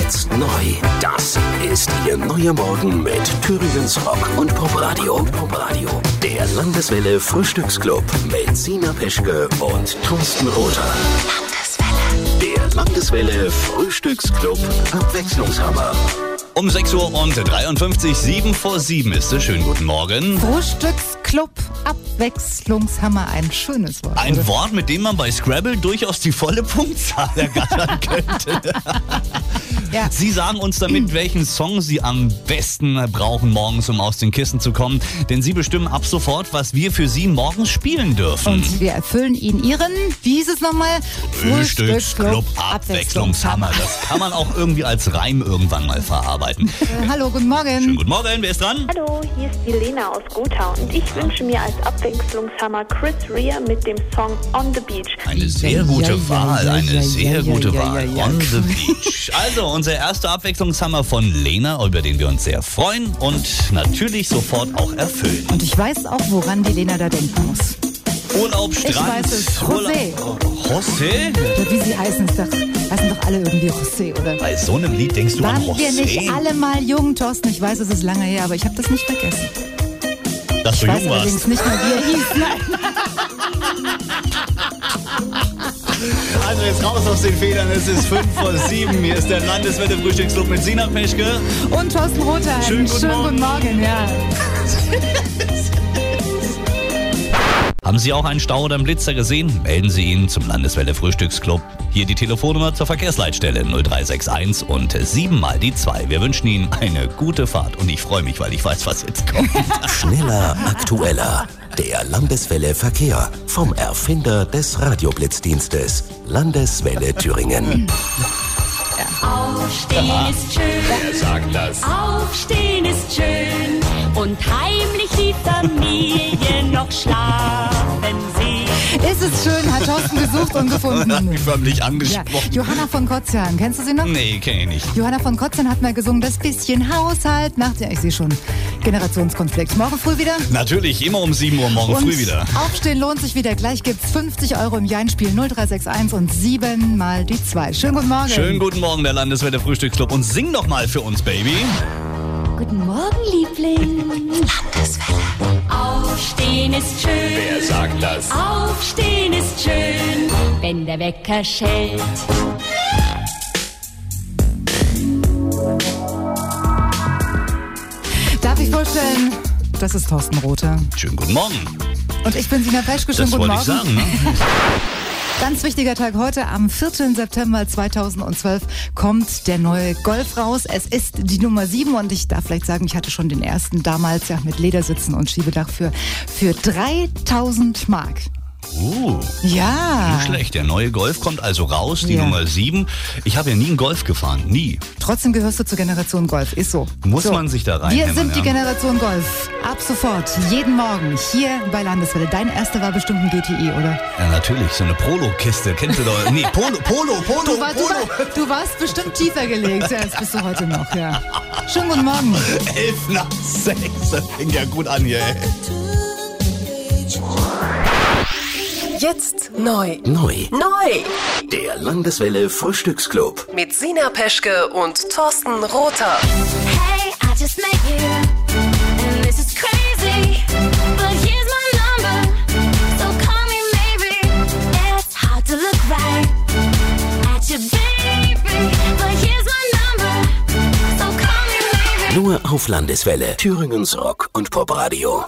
Jetzt neu. Das ist Ihr neuer Morgen mit Thüringens Rock und Popradio. Popradio. Der Landeswelle Frühstücksclub mit Sina Peschke und Thorsten Rother. Der Landeswelle Frühstücksclub Abwechslungshammer. Um 6 Uhr und 53, 7 vor 7 ist es. Schönen guten Morgen. Frühstücksclub Abwechslungshammer, ein schönes Wort. Ein oder? Wort, mit dem man bei Scrabble durchaus die volle Punktzahl ergattern könnte. Ja. Sie sagen uns damit, welchen Song Sie am besten brauchen morgens, um aus den Kissen zu kommen. Denn Sie bestimmen ab sofort, was wir für Sie morgens spielen dürfen. Und wir erfüllen Ihnen Ihren, wie hieß es nochmal? mhm. Frühstücksclub Abwechslungshammer. Das kann man auch irgendwie als Reim irgendwann mal verarbeiten. Äh, Hallo, guten Morgen. Schönen guten Morgen, wer ist dran? Hallo, hier ist die Lena aus Gotha und ich wünsche mir als Abwechslungshammer Chris Rea mit dem Song On the Beach. Eine sehr Ja, gute ja, Wahl, ja, eine ja, sehr ja, gute ja, Wahl. ja, ja. On the beach. Also, unser erster Abwechslungshammer von Lena, über den wir uns sehr freuen und natürlich sofort auch erfüllen. Und ich weiß auch, woran die Lena da denken muss. Urlaub, Strand, weiß es. José. Urlaub. José? Oder wie sie heißen, es doch, heißen doch alle irgendwie José, oder? Bei so einem Lied denkst du an Waren wir nicht José, alle mal jung, Thorsten? Ich weiß, es ist lange her, aber ich habe das nicht vergessen. dass du Ich weiß jung allerdings warst. nicht mehr, wie er hieß. Nein. Also jetzt raus aus den Federn, es ist 5 vor 7. Hier ist der Landeswette Frühstücksclub mit Sina Peschke. Und Thorsten Rother. Schönen guten Schönen Morgen. guten Morgen, ja. Haben Sie auch einen Stau oder einen Blitzer gesehen? Melden Sie ihn zum Landeswelle Frühstücksclub. Hier die Telefonnummer zur Verkehrsleitstelle 0361 und 7 mal die 2. Wir wünschen Ihnen eine gute Fahrt und ich freue mich, weil ich weiß, was jetzt kommt. Schneller, aktueller. Der Landeswelle Verkehr vom Erfinder des Radioblitzdienstes. Landeswelle Thüringen. Aufstehen ist schön, Sag das. aufstehen ist schön. Und heimlich die Familie noch schlafen sehen. Ist es schön, hat Thorsten gesucht und Hat gefunden. mich förmlich Ja. angesprochen. Johanna von Kotzian, kennst du sie noch? Nee, kenne ich nicht. Johanna von Kotzen hat mal gesungen, das bisschen Haushalt macht ja, ich sehe schon, Generationskonflikt. Morgen früh wieder. Natürlich, immer um 7 Uhr morgen früh wieder. Aufstehen lohnt sich wieder. Gleich gibt's 50 Euro im Jeinspiel 0361 und 7 mal die 2. Schönen guten Morgen. Schönen guten Morgen, der Landeswelle Frühstücksclub. Und sing doch mal für uns, Baby. Guten Morgen, Liebling. Landeswelle. Aufstehen ist schön, Sag das. aufstehen ist schön. Wenn der Wecker schellt. Darf ich vorstellen, das ist Thorsten Rother. Schönen guten Morgen. Und ich bin Sina Peschke. Schönen Das guten wollte ich sagen. Morgen. Ne? Ganz wichtiger Tag heute, am 4. September 2012 kommt der neue Golf raus. Es ist die Nummer 7 und ich darf vielleicht sagen, ich hatte schon den ersten damals ja mit Ledersitzen und Schiebedach für, für 3000 Mark. Uh. Ja, Nicht schlecht. Der neue Golf kommt also raus, die Ja. Nummer 7. Ich habe ja nie einen Golf gefahren. Nie. trotzdem gehörst du zur Generation Golf, ist so. Muss so. man sich da Wir reinhämmern, sind die ja. Generation Golf. Ab sofort, jeden Morgen, hier bei Landeswelle. Dein erster war bestimmt ein GTI, oder? Ja, natürlich. So eine Polo-Kiste. Kennst du doch. Nee, Polo, Polo, Polo, Du, war, du, Polo. war, du warst bestimmt tiefer gelegt, ja, das bist du heute noch, ja. Schönen guten Morgen. 11 nach 6. Das fing ja gut an hier, ey. Jetzt neu. Neu. Neu. Der Landeswelle Frühstücksclub. Mit Sina Peschke und Thorsten Rother. Hey, I just met you, and this is crazy. But here's my number, so call me maybe. It's hard to look right at you, baby. But here's my number, so call me maybe. Nur auf Landeswelle Thüringens Rock und Popradio.